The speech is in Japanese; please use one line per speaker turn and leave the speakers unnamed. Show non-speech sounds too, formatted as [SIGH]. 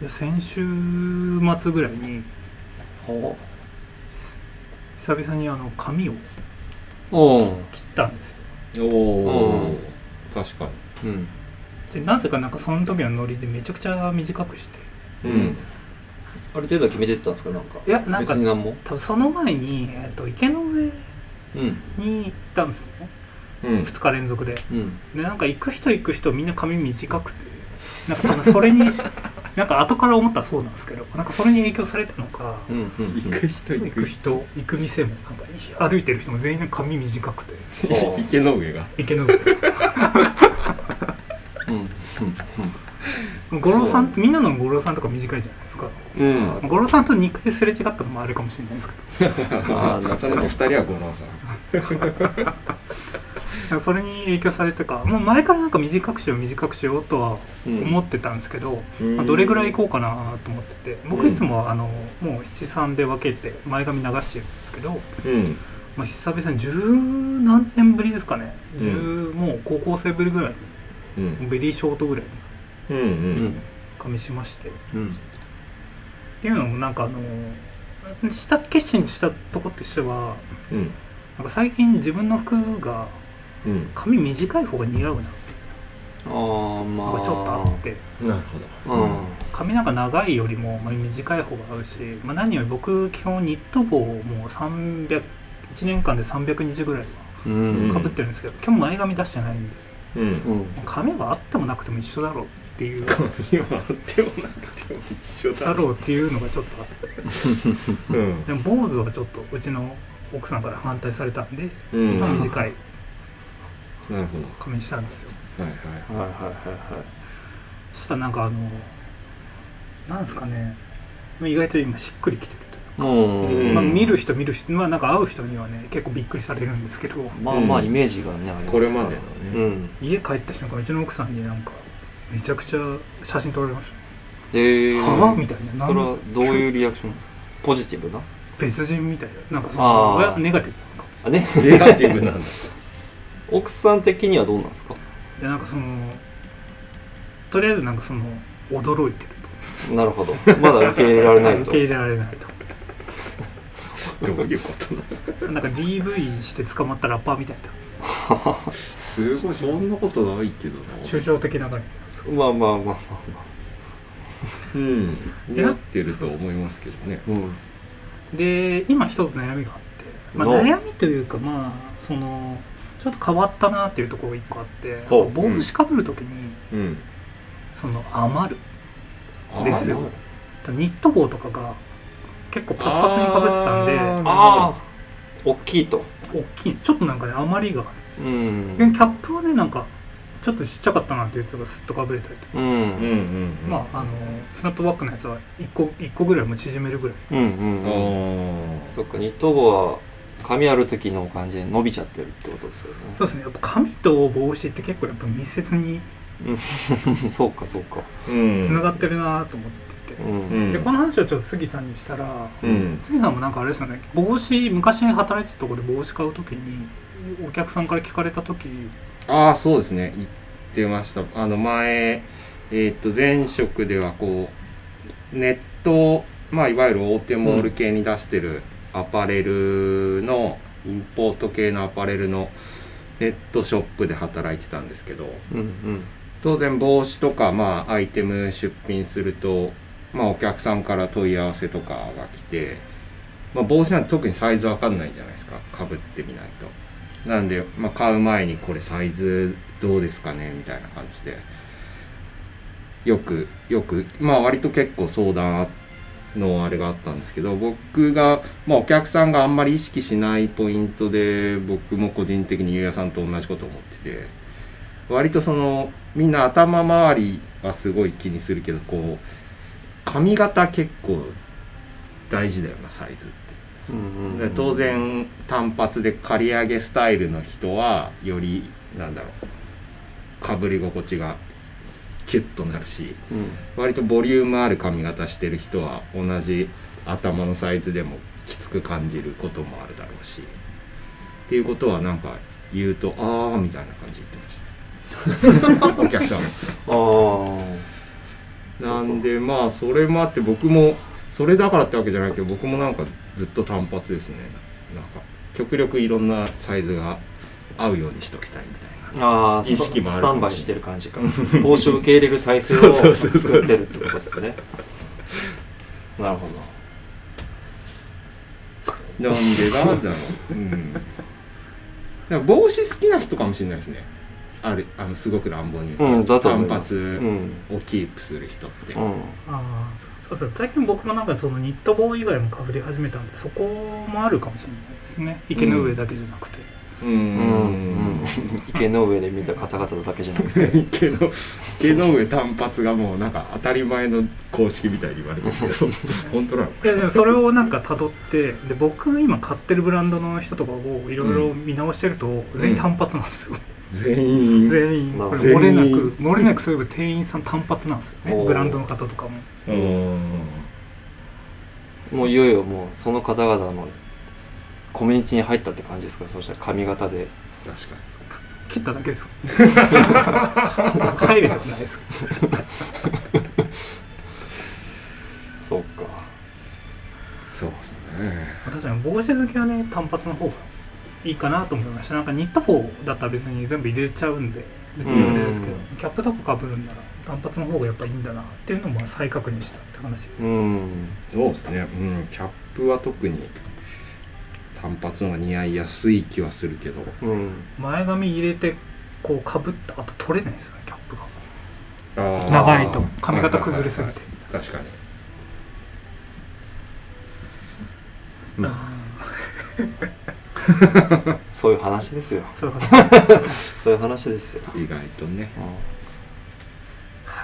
いや先週末ぐらいに
ほ
久々にあの髪を
おお
切ったんですよ
うお
う
お
ん
確か
うん
でなぜかなんかその時のノリでめちゃくちゃ短くして
に
うんある程度は決めてったんですかなんか
いやなんか
別に何も
多分その前に、えっと池の上
うん
に行ったんですね
うん
2日連続で
うん
でなんか行く人行く人みんな髪短くてなんか多分それに [LAUGHS] なんか後から思ったらそうなんですけどなんかそれに影響されたのか
うんうんうん
行く人
行
行く
く
人
人行く店もなんか歩いてる人も全員髪短くて
人
池の上が
池の上
うんうん
五郎さんみんなの五郎さんとか短いじゃないですか
うん
五郎さんと2回すれ違ったのもあるかもしれないですけ
あー
そのうち二人は五郎さん
どそれに影響されてかもう前からなんか短くしよう短くしようとは思ってたんですけど、まあどれぐらい行こうかなと思ってて僕いつもあのもう七三で分けて前髪流してるんですけど、
うん
まあ、久々に十何年ぶりですかね、
う
十もう高校生ぶりぐらい
うん
ベリーショートぐらいに
う
う
んうんん
髪しましてっ
うん
ていうのもなんかあのした決心したとことしては
うん
なんか最近自分の服が
うん
髪短い方が似合うなって
ああま
の
あ
がちょっとあって
なるほど
うん
髪なんか長いよりもまあ短い方が合うし、まあ、何より僕基本ニット帽をもう300 1年間で300日ぐらいは
うん
かぶってるんですけど、今日前髪出してないんで
うん
うん
髪があってもなくても一緒だろうっていう
髪はあってもなくても一緒
だろうっていうのがちょっとあって
うん
でも坊主はちょっとうちの奥さんから反対されたんで、
うんなるほ
短い
どはい
髪にしたんですよ
はい
はいはいはいはい
そしたらなんかあのなんですかね意外と今しっくりきてるという
うん
まあ、見る人見る人まあなんか会う人にはね結構びっくりされるんですけど
まあまあ
うん
イメージがねあります
これまでの
う
ね
ん
家帰った瞬間うちの奥さんになんかめちゃくちゃ写真撮られましたね
で
はあみたいな
それ
なん
はどういうリアクションですかポジティブな
別人みたいななんかそ
あ
の
ー
いやネガティブなのかもし
あね
ネ [LAUGHS] ガティブなんだ
奥さん的にはどうなんですか
れないでなんかそのとりあえずなんかその驚いてる
なるほどまだ受け入れら
と
れない
受
と
け入れられないと
どういうことな
な
の
んか DV して捕まったラッパーみたいな
すごいそんなことないけどな
抽象的な感
まあまあまあまあま
うん似合ってると思いますけどね
あうん
じで今一つ悩みがあって、まあ、
お
悩みというかまあそのちょっと変わったなっていうところが一個あって
お
帽子かぶるときに、
うん
その余る
あー
ですよニット帽とかが結構パツパツにかぶってたんで
あ
ああ大きいと
大きいんですちょっとなんかね余りがあるんです
う
よ
ん
でキャップはねなんかちょっとちっちゃかったなっていうやつがスッとかぶれたりとか、
う
うんうんんうん
まああのスナップバックのやつは1個一個ぐらいも縮めるぐらい
うんうん
あ
そっかニット帽は髪ある時の感じで伸びちゃってるってことですよね
そうですねやっぱ髪と帽子って結構やっぱ密接に
うん [LAUGHS] そうかそうか
あうん
繋がってるなと思ってて
う、ん
うん
でこの話をちょっと杉さんにしたら、
うん
杉さんもなんかあれですよね帽子昔働いてたところで帽子買う時にお客さんから聞かれた時
ああそうですね言ってましたあの前えーっと前職ではこうネットまあいわゆる大手モール系に出してるアパレルのインポート系のアパレルのネットショップで働いてたんですけど
うんうん
当然帽子とかまあアイテム出品するとまあお客さんから問い合わせとかが来て、まあ、帽子なんて特にサイズわかんないじゃないですかかぶってみないとなんで、まあ、買う前にこれサイズどうですかねみたいな感じでよくよくまあ割と結構相談のあれがあったんですけど僕が、まあ、お客さんがあんまり意識しないポイントで僕も個人的にゆうやさんと同じこと思ってて割とそのみんな頭周りはすごい気にするけどこう髪型結構大事だよなサイズって。
うんう
で
ん
当然単発で刈り上げスタイルの人はよりなんだろうかぶり心地がキュッとなるし
うん
割とボリュームある髪型してる人は同じ頭のサイズでもきつく感じることもあるだろうしっていうことはなんか言うとああみたいな感じで言ってましたお客さんも
ああ
なんでまあそれもあって僕もそれだからってわけじゃないけど僕もなんかずっと単発ですねなんか極力いろんなサイズが合うようにしときたいみたいな
ああ
意識もある
スタンバイしてる感じ
[LAUGHS]
か帽子を受け入れる体制を
そうそうそうそ
作
う
ってるってことですねなるほ
なんでなんだろう、うん、だから帽子好きな人かもしれないですねあるあのすごく乱暴に
どうんだと思
単
いますう
発
ん
をキープする人って、
うん
あーそうですね最近僕もなんかそのニット帽以外もかぶり始めたんでそこもあるかもしれないですね池の上だけじゃなくて、
う
うんうん
ん、
池の上で見た方々だけじゃなくて
[LAUGHS] 池の池の上単発がもうなんか当たり前の公式みたいに言われてる [LAUGHS] けど本当なの
いやでもそれをなんか辿ってで僕今買ってるブランドの人とかをいろいろ見直してると全員単発なんですよ、
全員
全員
なる
こ
ほ
れ
ど
漏れな
全員
く漏れなくそういえば店員さん単発なんですよ
お
ね
ー
ブランドの方とかも
うん
もういよいよもうその方々のコミュニティに入ったって感じですかそうしたら髪型で
確か
切っただけです [LAUGHS] 入れてもないです
そうか
にそうですね
確かに帽子好きはね単発の方がいいかなと思いましたなんかニット帽だったら別に全部入れちゃうんで別にあれですけど
うん
キャップとか被るんなら単発の方がやっぱいいんだなっていうのをまあ再確認したって話です、
うん
そうですねうんキャップは特に単発のが似合いやすい気はするけど
うん
前髪入れてこう被った後取れないですよねキャップが長
長
いと髪型崩れすぎて
確かにま
そういう話ですよ
そういう話
そういう話ですよ、
あ意外とね
うん